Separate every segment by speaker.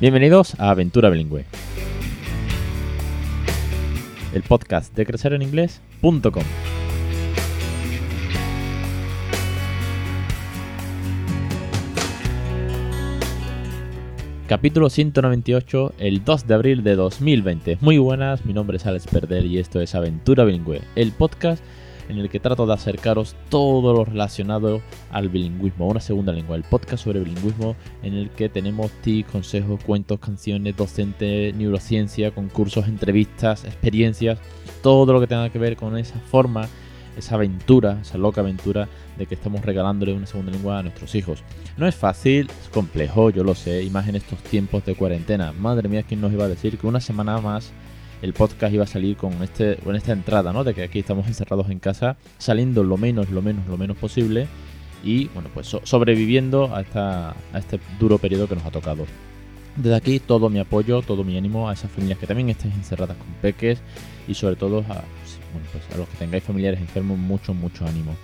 Speaker 1: Bienvenidos a Aventura Bilingüe. El podcast de crecereninglés.com. Capítulo 198, el 2 de abril de 2020. Muy buenas, mi nombre es Alex Perder y esto es Aventura Bilingüe, el podcast en el que trato de acercaros todo lo relacionado al bilingüismo, a una segunda lengua, el podcast sobre bilingüismo en el que tenemos tips, consejos, cuentos, canciones, docentes, neurociencia, concursos, entrevistas, experiencias, todo lo que tenga que ver con esa forma, esa aventura, esa loca aventura de que estamos regalándole una segunda lengua a nuestros hijos. No es fácil, es complejo, yo lo sé, y más en estos tiempos de cuarentena. Madre mía, ¿quién nos iba a decir que una semana más el podcast iba a salir con este con esta entrada, ¿no? De que aquí estamos encerrados en casa, saliendo lo menos, lo menos, lo menos posible y bueno, pues so- sobreviviendo a esta a este duro periodo que nos ha tocado. Desde aquí todo mi apoyo, todo mi ánimo a esas familias que también estéis encerradas con peques y sobre todo a, pues, bueno, pues a los que tengáis familiares enfermos, mucho, mucho ánimo.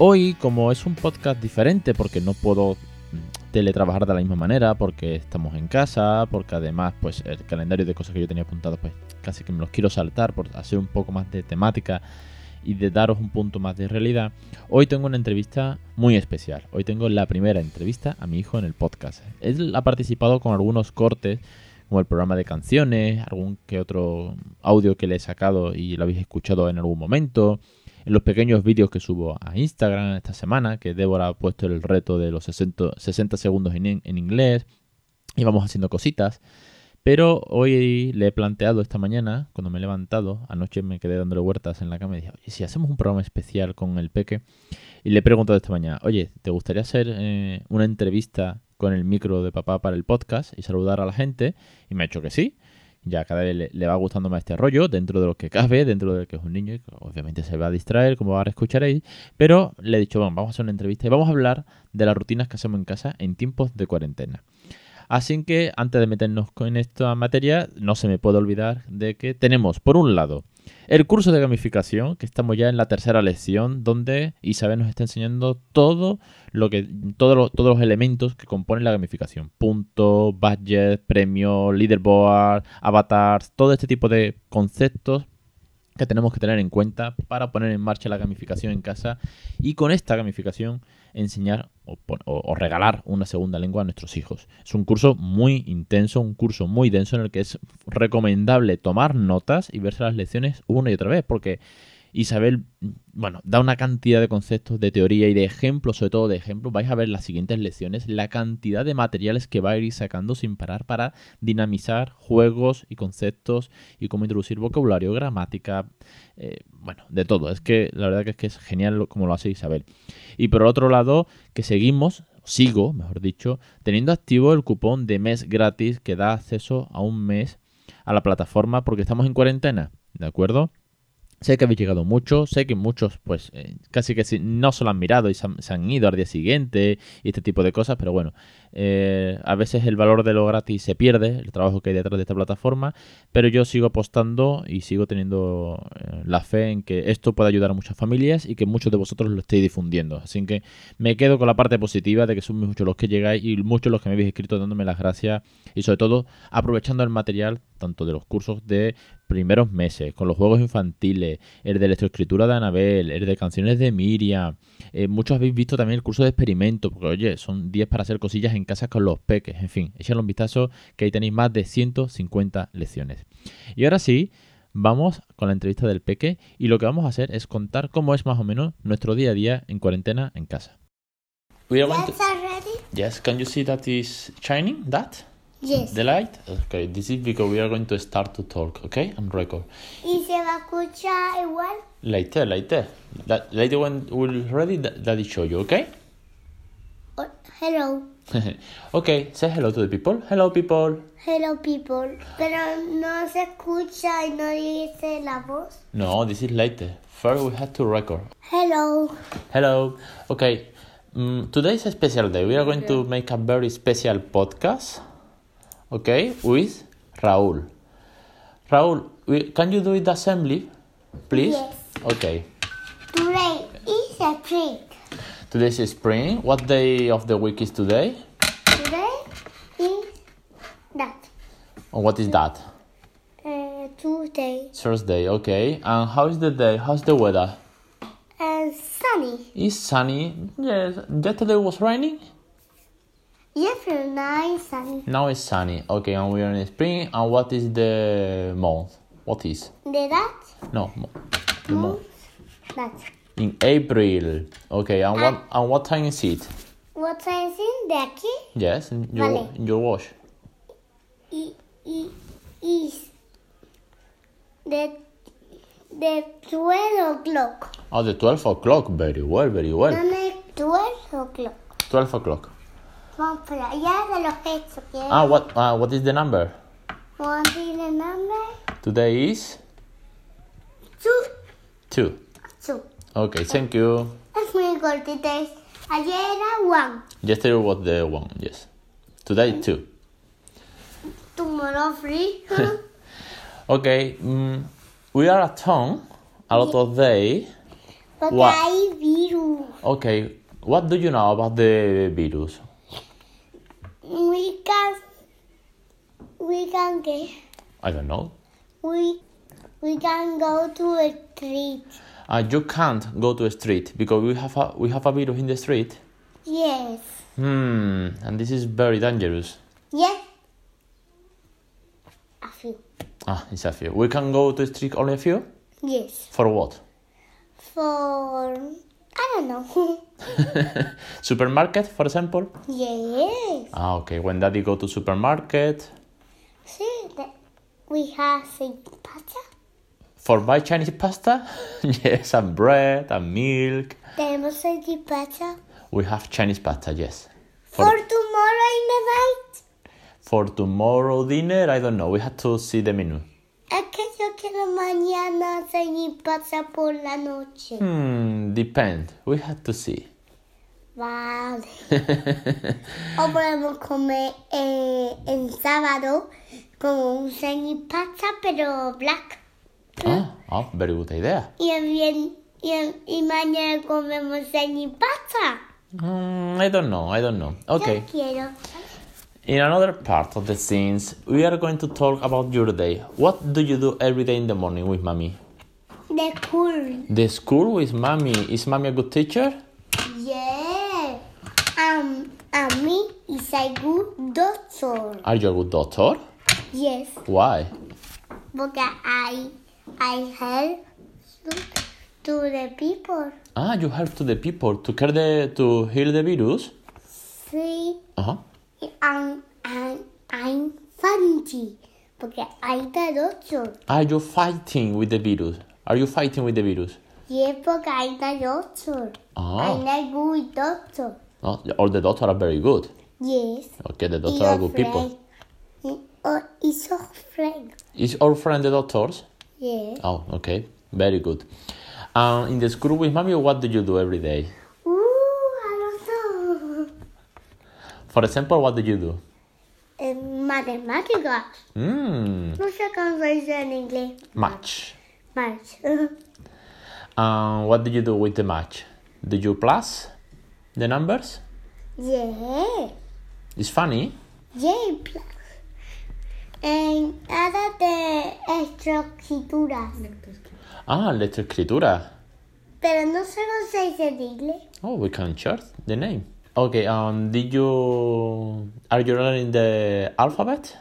Speaker 1: Hoy, como es un podcast diferente, porque no puedo mm, teletrabajar de la misma manera, porque estamos en casa, porque además pues el calendario de cosas que yo tenía apuntado pues casi que me los quiero saltar por hacer un poco más de temática y de daros un punto más de realidad. Hoy tengo una entrevista muy especial. Hoy tengo la primera entrevista a mi hijo en el podcast. Él ha participado con algunos cortes, como el programa de canciones, algún que otro audio que le he sacado y lo habéis escuchado en algún momento, en los pequeños vídeos que subo a Instagram esta semana, que Débora ha puesto el reto de los 60, 60 segundos en, in- en inglés, y vamos haciendo cositas. Pero hoy le he planteado esta mañana, cuando me he levantado, anoche me quedé dándole vueltas en la cama y dije, oye, si hacemos un programa especial con el Peque, y le he preguntado esta mañana, oye, ¿te gustaría hacer eh, una entrevista con el micro de papá para el podcast y saludar a la gente? Y me ha dicho que sí. Ya cada vez le, le va gustando más este rollo, dentro de lo que cabe, dentro de lo que es un niño, y que obviamente se va a distraer, como ahora escucharéis. Pero le he dicho, bueno, vamos a hacer una entrevista y vamos a hablar de las rutinas que hacemos en casa en tiempos de cuarentena. Así que antes de meternos con esta materia, no se me puede olvidar de que tenemos, por un lado, el curso de gamificación, que estamos ya en la tercera lección, donde Isabel nos está enseñando todo lo que, todos los- todos los elementos que componen la gamificación. Puntos, budget, premios, leaderboard, avatars, todo este tipo de conceptos que tenemos que tener en cuenta para poner en marcha la gamificación en casa y con esta gamificación enseñar o, pon- o- o regalar una segunda lengua a nuestros hijos. Es un curso muy intenso, un curso muy denso en el que es recomendable tomar notas y verse las lecciones una y otra vez porque Isabel, mm, bueno, da una cantidad de conceptos, de teoría y de ejemplos, sobre todo de ejemplos. Vais a ver las siguientes lecciones, la cantidad de materiales que va a ir sacando sin parar para dinamizar juegos y conceptos y cómo introducir vocabulario, gramática, eh, bueno, de todo. Es que la verdad que es que es genial lo- como lo hace Isabel. Y por otro lado, que seguimos, sigo, mejor dicho, teniendo activo el cupón de mes gratis que da acceso a un mes a la plataforma porque estamos en cuarentena, ¿de acuerdo? Sé que habéis llegado mucho, sé que muchos pues eh, casi que si- no se lo han mirado y se han, se han ido al día siguiente y este tipo de cosas, pero bueno, eh, a veces el valor de lo gratis se pierde, el trabajo que hay detrás de esta plataforma, pero yo sigo apostando y sigo teniendo eh, la fe en que esto puede ayudar a muchas familias y que muchos de vosotros lo estéis difundiendo. Así que me quedo con la parte positiva de que son muchos los que llegáis y muchos los que me habéis escrito dándome las gracias y sobre todo aprovechando el material tanto de los cursos de primeros meses, con los juegos infantiles, el de electroescritura de Anabel, el de canciones de Miriam. Eh, muchos habéis visto también el curso de experimento, porque oye, son 10 para hacer cosillas en casa con los peques. En fin, echadle un vistazo que ahí tenéis más de 150 lecciones. Y ahora sí, vamos con la entrevista del peque y lo que vamos a hacer es contar cómo es más o menos nuestro día a día en cuarentena en casa.
Speaker 2: That's already?
Speaker 1: Yes, can you see that is shining? That?
Speaker 2: Yes.
Speaker 1: The light? Okay, this is because we are going to start to talk, okay? And record.
Speaker 2: ¿Y se va a escuchar igual?
Speaker 1: Later, later. That, later when we're ready, that, that is show you, okay?
Speaker 2: Oh, hello.
Speaker 1: okay, say hello to the people. Hello, people.
Speaker 2: Hello, people. Pero no se escucha y no dice la voz.
Speaker 1: No, this is later. First, we have to record.
Speaker 2: Hello.
Speaker 1: Hello. Okay, mm, today is a special day. We are going to make a very special podcast, okay, with Raul. Raul, we, can you do it assembly, please?
Speaker 2: Yes.
Speaker 1: Okay.
Speaker 2: Today is a trick.
Speaker 1: Today is spring. What day of the week is today?
Speaker 2: Today is that?
Speaker 1: And what is that?
Speaker 2: Uh, today
Speaker 1: Thursday, okay. And how is the day? How's the weather?
Speaker 2: and sunny.
Speaker 1: It's sunny. Yes. Yesterday was raining.
Speaker 2: Yesterday night sunny.
Speaker 1: Now it's sunny. Okay, and we're in spring. And what is the month? What is?
Speaker 2: Did that?
Speaker 1: No, mo- the month.
Speaker 2: That.
Speaker 1: In April. Okay, and what and what time is it?
Speaker 2: What time is in Becky?
Speaker 1: Yes, in your
Speaker 2: Vale.
Speaker 1: in your watch.
Speaker 2: I, I, is the the twelve o'clock.
Speaker 1: Oh, the twelve o'clock. Very well, very well.
Speaker 2: Dame twelve o'clock.
Speaker 1: Twelve o'clock.
Speaker 2: Vamos para allá de los hechos.
Speaker 1: Ah, what uh, what is the number?
Speaker 2: What is the number?
Speaker 1: Today is
Speaker 2: Two.
Speaker 1: two.
Speaker 2: Two.
Speaker 1: Okay, thank you.
Speaker 2: Es muy cortito. es- Ayer era one.
Speaker 1: Yesterday was the one. Yes. Today two.
Speaker 2: Tomorrow three.
Speaker 1: Okay. mm, we are at home a lot of day.
Speaker 2: Porque
Speaker 1: What?
Speaker 2: hay virus.
Speaker 1: Okay. What do you know about the virus?
Speaker 2: We can. We can get.
Speaker 1: I don't know.
Speaker 2: We. We can go to a treat.
Speaker 1: Uh, you can't go to the street because we have a we have a virus in the street.
Speaker 2: Yes.
Speaker 1: Hmm. And this is very dangerous.
Speaker 2: Yes. A few.
Speaker 1: Ah, it's a few. We can go to the street only a few.
Speaker 2: Yes.
Speaker 1: For what?
Speaker 2: For. I don't know.
Speaker 1: supermarket, for example.
Speaker 2: yes.
Speaker 1: Ah, okay. When daddy go to supermarket
Speaker 2: See that we have a pasta.
Speaker 1: for buy Chinese pasta, yes, and bread and milk.
Speaker 2: Tenemos a pasta.
Speaker 1: We have Chinese pasta, yes.
Speaker 2: For tomorrow in the night.
Speaker 1: For tomorrow dinner, I don't know. We have to see the menu.
Speaker 2: Es que yo quiero mañana seguir pasta por la noche.
Speaker 1: Hmm, depend. We have to see.
Speaker 2: Vale. O podemos comer eh, en sábado como un seguir pasta pero black.
Speaker 1: ah, oh, very good idea.
Speaker 2: Y, el bien, y, el- y mañana comemos seguir pasta.
Speaker 1: Hmm, I don't know. I don't know. Okay.
Speaker 2: Yo quiero.
Speaker 1: In another part of the scenes, we are going to talk about your day. What do you do every day in the morning with mommy?
Speaker 2: De cool.
Speaker 1: The school with mommy. Is mommy a good teacher?
Speaker 2: Yeah. Um, a mí is a good doctor.
Speaker 1: Are you a good doctor?
Speaker 2: Yes.
Speaker 1: Why?
Speaker 2: Porque I, I help to, to the people.
Speaker 1: Ah, you help to the people to care the to heal the virus.
Speaker 2: See,
Speaker 1: Uh huh.
Speaker 2: I'm, I'm, I'm funny. Porque I'm the doctor.
Speaker 1: Are you fighting with the virus? Are you fighting with the virus?
Speaker 2: Yes, porque I'm the doctor.
Speaker 1: Ah,
Speaker 2: I'm a good doctor.
Speaker 1: no, all the doctors are very good.
Speaker 2: Yes.
Speaker 1: Okay, the doctors are good people.
Speaker 2: friend. Oh, it's your friend.
Speaker 1: Is our friend the doctors?
Speaker 2: Yes.
Speaker 1: Oh, okay, very good. And in the school with mommy, what do you do every day?
Speaker 2: Ooh, I don't know.
Speaker 1: For example, what do you do?
Speaker 2: En matemáticas.
Speaker 1: Hmm,
Speaker 2: No sé cómo se dice en inglés.
Speaker 1: match.
Speaker 2: Más.
Speaker 1: And what do you do with the match? Do you plus the numbers?
Speaker 2: Yeah.
Speaker 1: It's funny.
Speaker 2: J plus. En nada de estructuras.
Speaker 1: Ah, letra escritura.
Speaker 2: Pero no solo se dice en inglés.
Speaker 1: Oh, we can chart the name. Okay, um, did you are you learning the alphabet?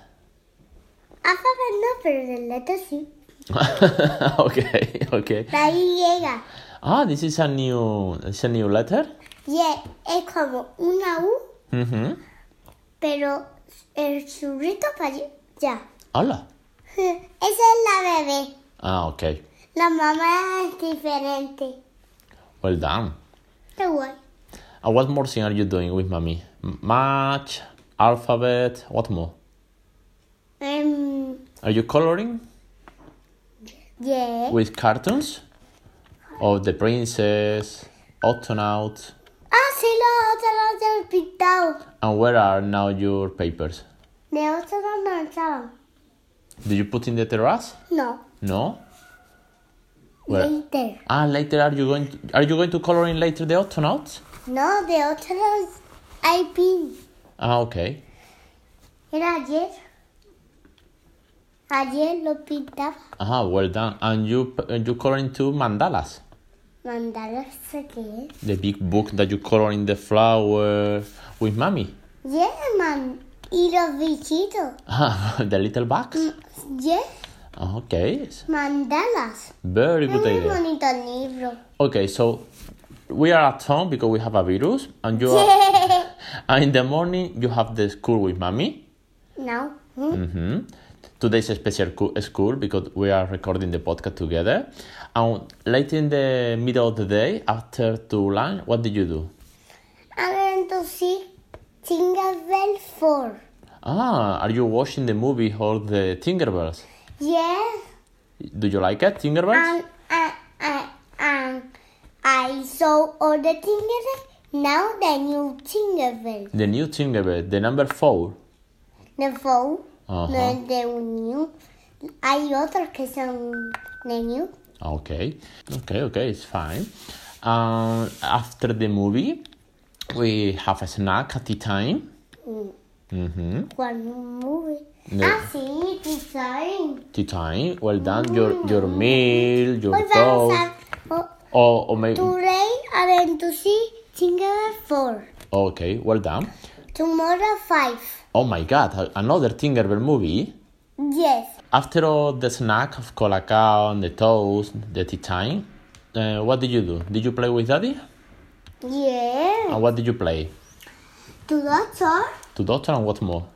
Speaker 2: Alfabet no, pero de letra sí.
Speaker 1: okay, okay.
Speaker 2: La Y. llega.
Speaker 1: Ah, this is a new, it's a new letter.
Speaker 2: Y es como una U,
Speaker 1: Mm-hmm.
Speaker 2: pero el zurrito para allá.
Speaker 1: Hola.
Speaker 2: Esa es la bebé.
Speaker 1: Ah, okay.
Speaker 2: La mamá es diferente.
Speaker 1: Well done.
Speaker 2: Qué guay.
Speaker 1: And what more thing are you doing with mommy? M- Match, alphabet. What more?
Speaker 2: Em,
Speaker 1: Are you coloring
Speaker 2: yeah.
Speaker 1: with cartoons? Of the princess, astronaut.
Speaker 2: Ah, sí, los otros los han pintado.
Speaker 1: And where are now your papers?
Speaker 2: De otros no lanzaban.
Speaker 1: Did you put in the terrace?
Speaker 2: No.
Speaker 1: No. Where?
Speaker 2: Later.
Speaker 1: Ah, later are you going to, are you going to color in later the astronauts?
Speaker 2: No, de otros hay pin.
Speaker 1: Ah, okay.
Speaker 2: Era ayer. Ayer lo pintaba
Speaker 1: Ah, well done. And you and you coloring two mandalas.
Speaker 2: mandalas, ¿sé qué es?
Speaker 1: The big book that you coloring the flower with mommy.
Speaker 2: Yeah, man. Y los bichitos.
Speaker 1: Ah, the little box.
Speaker 2: Yeah,
Speaker 1: Okay,
Speaker 2: mandalas.
Speaker 1: very
Speaker 2: Es
Speaker 1: good
Speaker 2: muy
Speaker 1: idea.
Speaker 2: bonito el libro.
Speaker 1: Okay, so we are at home because we have a virus, and you are, and in the morning you have the school with mommy.
Speaker 2: no.
Speaker 1: hmm Today's a special co- uh, school because we are recording the podcast together. And late in the middle of the day, after to lunch, what did you do?
Speaker 2: I'm going to see Tinkerbell 4.
Speaker 1: Ah, are you watching the movie or the Tinkerbells?
Speaker 2: Yes,
Speaker 1: Do you like it, Tinkerbells?
Speaker 2: and, and, and, and I saw all the Tinkerbell. Now the new Tinkerbell.
Speaker 1: The new Tinkerbell, the number four.
Speaker 2: The phone no
Speaker 1: Ajá.
Speaker 2: es de un new. Hay otros que son de new.
Speaker 1: Ah, Okay, okay, okay, it's fine. Um, after the movie, we have a snack at the time. Mm-hmm.
Speaker 2: Cuando movie.
Speaker 1: No.
Speaker 2: Ah, sí, tú sabes.
Speaker 1: Tea time. Well done. Your your meal, your
Speaker 2: Hoy vamos
Speaker 1: toast.
Speaker 2: a. Oh,
Speaker 1: Oh, oh my,
Speaker 2: today I'm going to see Tinkerbell 4.
Speaker 1: okay, well done.
Speaker 2: Tomorrow 5.
Speaker 1: Oh my God, a- another Tinkerbell movie.
Speaker 2: Yes.
Speaker 1: After all the snack of colacao and the toast, the tea time, uh, what did you do? Did you play with daddy?
Speaker 2: Yeah.
Speaker 1: And what did you play?
Speaker 2: To doctor
Speaker 1: To doctor and what more?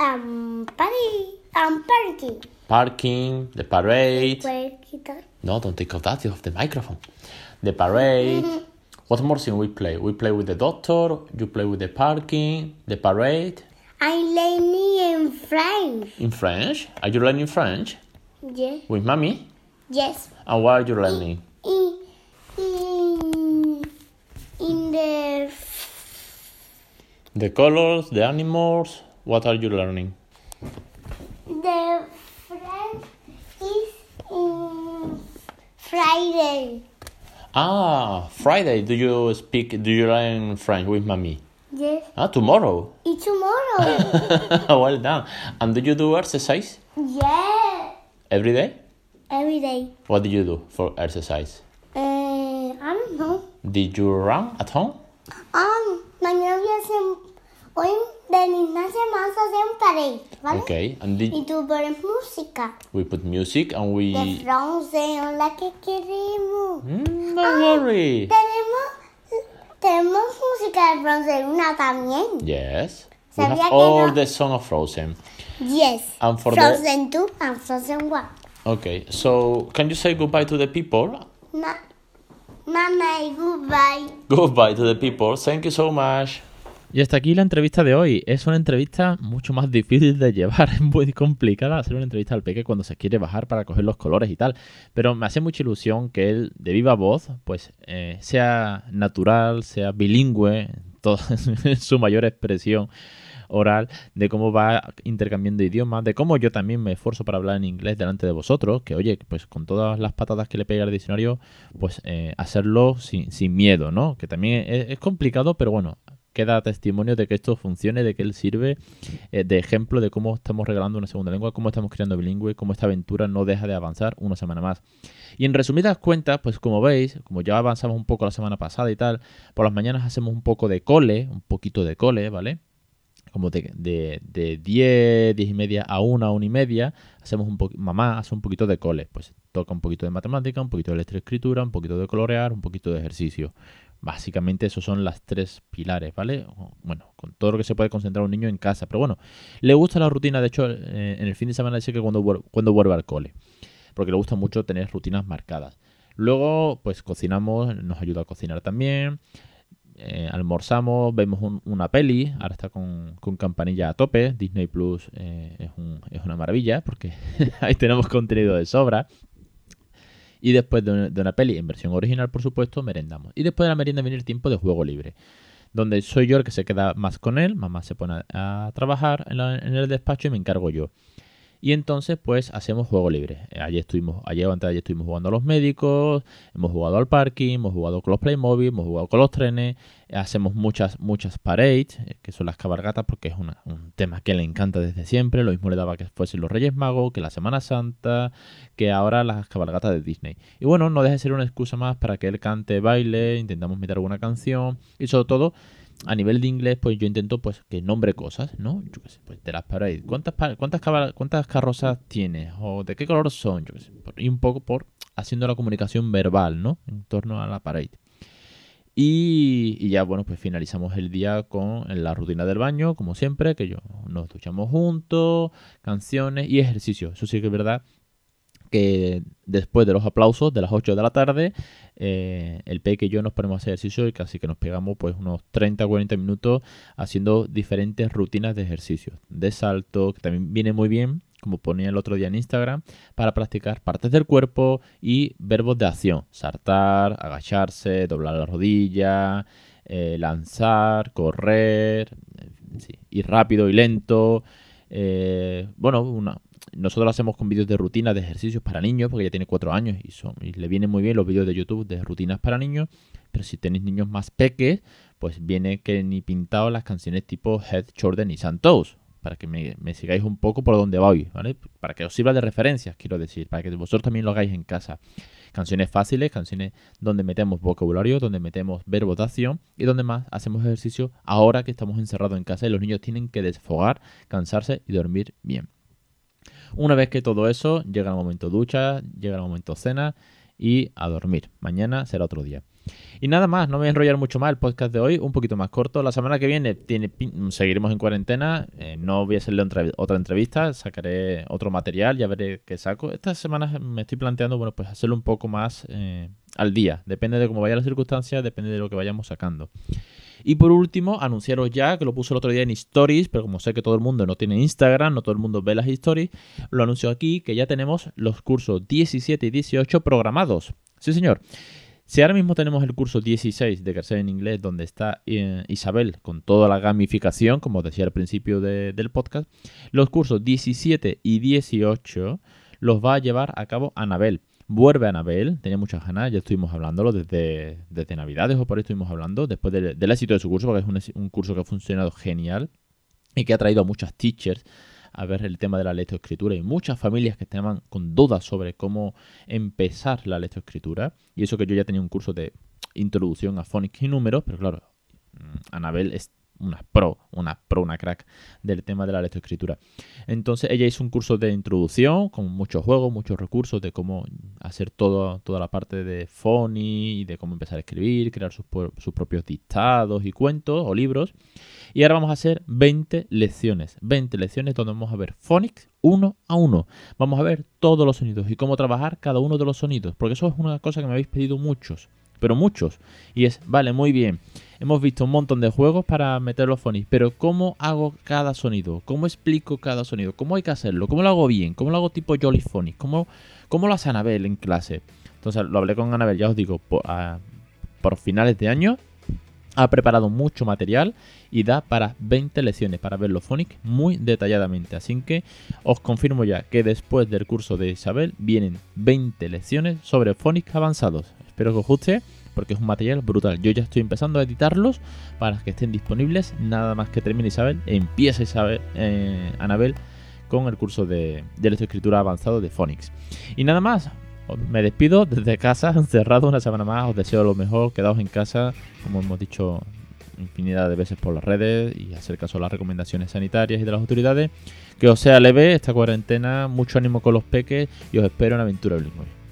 Speaker 2: um party um party.
Speaker 1: Parking, the parade.
Speaker 2: Where he does-
Speaker 1: No, don't take off that off the microphone. The parade. What more thing we play? We play with the doctor. You play with the parking, the parade
Speaker 2: I learning in French.
Speaker 1: in French. Are you learning French
Speaker 2: Yeah.
Speaker 1: with mommy?
Speaker 2: Yes.
Speaker 1: And what are you learning?
Speaker 2: In in e, in the
Speaker 1: The colors, the animals. What are you learning?
Speaker 2: the French is in Friday.
Speaker 1: Ah, Friday. Do you speak? Do you learn French with mommy?
Speaker 2: Yes.
Speaker 1: Ah, tomorrow.
Speaker 2: It's tomorrow.
Speaker 1: well done. And do you do exercise
Speaker 2: yeah.
Speaker 1: every day?
Speaker 2: Every day.
Speaker 1: What do you do for exercise?
Speaker 2: Uh, I don't know.
Speaker 1: Did you run at home?
Speaker 2: Ah, mañana voy a hacer. Hoy de gimnasia vamos a hacer un parade, ¿vale?
Speaker 1: Okay. And did
Speaker 2: Y tú pones música.
Speaker 1: We put music and
Speaker 2: De
Speaker 1: we.
Speaker 2: Francia, la que queremos.
Speaker 1: Mm, don't worry.
Speaker 2: Tenemos, tenemos música de Francia una también.
Speaker 1: Yes. We
Speaker 2: Sabía
Speaker 1: have
Speaker 2: que
Speaker 1: all
Speaker 2: no.
Speaker 1: the song of Frozen.
Speaker 2: Yes.
Speaker 1: And for the-
Speaker 2: Frozen 2 and Frozen 1.
Speaker 1: Okay, so can you say goodbye to the people?
Speaker 2: Ma Mama y goodbye.
Speaker 1: Goodbye to the people. Thank you so much.
Speaker 3: Y hasta aquí la entrevista de hoy. Es una entrevista mucho más difícil de llevar, es muy complicada hacer una entrevista al peque cuando se quiere bajar para coger los colores y tal. Pero me hace mucha ilusión que él, de viva voz, pues eh, sea natural, sea bilingüe, en todo- en su mayor expresión oral, de cómo va intercambiando idiomas, de cómo yo también me esfuerzo para hablar en inglés delante de vosotros, que oye, pues con todas las patadas que le pega el diccionario, pues eh, hacerlo sin, sin miedo, ¿no? Que también es- es complicado, pero bueno, queda testimonio de que esto funcione, de que él sirve eh, de ejemplo de cómo estamos regalando una segunda lengua, cómo estamos creando bilingüe, cómo esta aventura no deja de avanzar una semana más. Y en resumidas cuentas, pues como veis, como ya avanzamos un poco la semana pasada y tal, por las mañanas hacemos un poco de cole, un poquito de cole, ¿vale? Como de, de, de 10, 10 y media a 1, a 1 y media, hacemos un po- mamá hace un poquito de cole, pues toca un poquito de matemática, un poquito de lectoescritura, un poquito de colorear, un poquito de ejercicio. Básicamente esos son las tres pilares, ¿vale? O- Bueno, con todo lo que se puede concentrar un niño en casa. Pero bueno, le gusta la rutina. De hecho, eh, en el fin de semana dice que cuando, vuel- cuando vuelva al cole. Porque le gusta mucho tener rutinas marcadas. Luego, pues cocinamos, nos ayuda a cocinar también. eh, almorzamos, vemos un- una peli. Ahora está con, con campanilla a tope. Disney Plus eh, es, un- es una maravilla porque ahí tenemos contenido de sobra. Y después de una, de una peli en versión original, por supuesto, merendamos. Y después de la merienda viene el tiempo de juego libre, donde soy yo el que se queda más con él, mamá se pone a, a trabajar en, la- en el despacho y me encargo yo.
Speaker 1: Y entonces, pues hacemos juego libre.
Speaker 3: Eh,
Speaker 1: Ayer estuvimos, ayer o antes de ayer estuvimos jugando a los médicos, hemos jugado al parking, hemos jugado con los Playmobil, hemos jugado con los trenes, hacemos muchas, muchas parades, eh, que son las cabargatas, porque es una, un tema que le encanta desde siempre. Lo mismo le daba que fuesen los Reyes Magos, que la Semana Santa, que ahora las cabalgatas de Disney. Y bueno, no deja de ser una excusa más para que él cante, baile, intentamos meter alguna canción y sobre todo a nivel de inglés, pues yo intento pues que nombre cosas, ¿no? Yo qué sé, pues de las parades. ¿Cuántas, cuántas, cuántas carrozas tienes? ¿O de qué color son? Yo qué sé. Y un poco por haciendo la comunicación verbal, ¿no? En torno a la parade. Y, y, ya, bueno, pues finalizamos el día con la rutina del baño, como siempre, que yo nos duchamos juntos, canciones y ejercicio. Eso sí que es verdad que después de los aplausos de las 8 de la tarde, eh, el Peque y yo nos ponemos a hacer ejercicio y casi que nos pegamos pues unos 30 o 40 minutos haciendo diferentes rutinas de ejercicio, de salto, que también viene muy bien, como ponía el otro día en Instagram, para practicar partes del cuerpo y verbos de acción, saltar, agacharse, doblar la rodilla, eh, lanzar, correr, sí, ir rápido y lento. Eh, bueno, una, nosotros lo hacemos con vídeos de rutinas de ejercicios para niños, porque ya tiene cuatro años y, son, y le vienen muy bien los vídeos de YouTube de rutinas para niños. Pero si tenéis niños más peques, pues viene que ni pintado las canciones tipo Head, Jordan y Santos. Para que me, me, sigáis un poco por donde voy, ¿vale? Para que os sirva de referencias, quiero decir, para que vosotros también lo hagáis en casa. Canciones fáciles, canciones donde metemos vocabulario, donde metemos verbos de acción y donde más hacemos ejercicio ahora que estamos encerrados en casa y los niños tienen que desfogar, cansarse y dormir bien. Una vez que todo eso, llega el momento ducha, llega el momento cena y a dormir. Mañana será otro día. Y nada más, no me voy a enrollar mucho más el podcast de hoy, un poquito más corto. La semana que viene tiene, seguiremos en cuarentena, eh, no voy a hacerle otra entrevista, sacaré otro material, ya veré qué saco. Estas semanas me estoy planteando, bueno, pues hacerlo un poco más eh, al día, depende de cómo vayan las circunstancias, depende de lo que vayamos sacando. Y por último, anunciaros ya, que lo puse el otro día en Stories, pero como sé que todo el mundo no tiene Instagram, no todo el mundo ve las Stories, lo anuncio aquí, que ya tenemos los cursos 17 y 18 programados. Sí, señor. Si ahora mismo tenemos el curso 16 de García en inglés, donde está eh, Isabel con toda la gamificación, como os decía al principio de, del podcast, los cursos 17 y 18 los va a llevar a cabo Anabel. Vuelve Anabel, tenía muchas ganas, ya estuvimos hablándolo desde, desde Navidades o por ahí estuvimos hablando, después del, del éxito de su curso, porque es un, un curso que ha funcionado genial y que ha traído a muchas teachers a ver el tema de la lectoescritura y muchas familias que estaban con dudas sobre cómo empezar la lectoescritura. Y eso que yo ya tenía un curso de introducción a phonics y números, pero claro, mm, Anabel es una pro, una pro, una crack del tema de la lectoescritura. Entonces ella hizo un curso de introducción con muchos juegos, muchos recursos de cómo hacer todo, toda la parte de phony y de cómo empezar a escribir, crear sus, sus propios dictados y cuentos o libros. Y ahora vamos a hacer 20 lecciones, 20 lecciones donde vamos a ver phonics uno a uno. Vamos a ver todos los sonidos y cómo trabajar cada uno de los sonidos, porque eso es una cosa que me habéis pedido muchos pero muchos. Y es, vale, muy bien. Hemos visto un montón de juegos para meter los phonics, pero ¿cómo hago cada sonido? ¿Cómo explico cada sonido? ¿Cómo hay que hacerlo? ¿Cómo lo hago bien? ¿Cómo lo hago tipo Jolly Phonics? ¿Cómo, ¿Cómo, lo hace Anabel en clase? Entonces lo hablé con Anabel, ya os digo, por, a, por finales de año ha preparado mucho material y da para 20 lecciones para ver los phonics muy detalladamente. Así que os confirmo ya que después del curso de Isabel vienen 20 lecciones sobre phonics avanzados. Espero que os guste porque es un material brutal. Yo ya estoy empezando a editarlos para que estén disponibles nada más que termine Isabel. Empieza Isabel, eh, Anabel con el curso de, de lectoescritura avanzado de phonics. Y nada más, me despido desde casa, encerrado una semana más. Os deseo lo mejor, quedaos en casa, como hemos dicho infinidad de veces por las redes y hacer caso a las recomendaciones sanitarias y de las autoridades. Que os sea leve esta cuarentena, mucho ánimo con los peques y os espero en Aventura Bilingüe.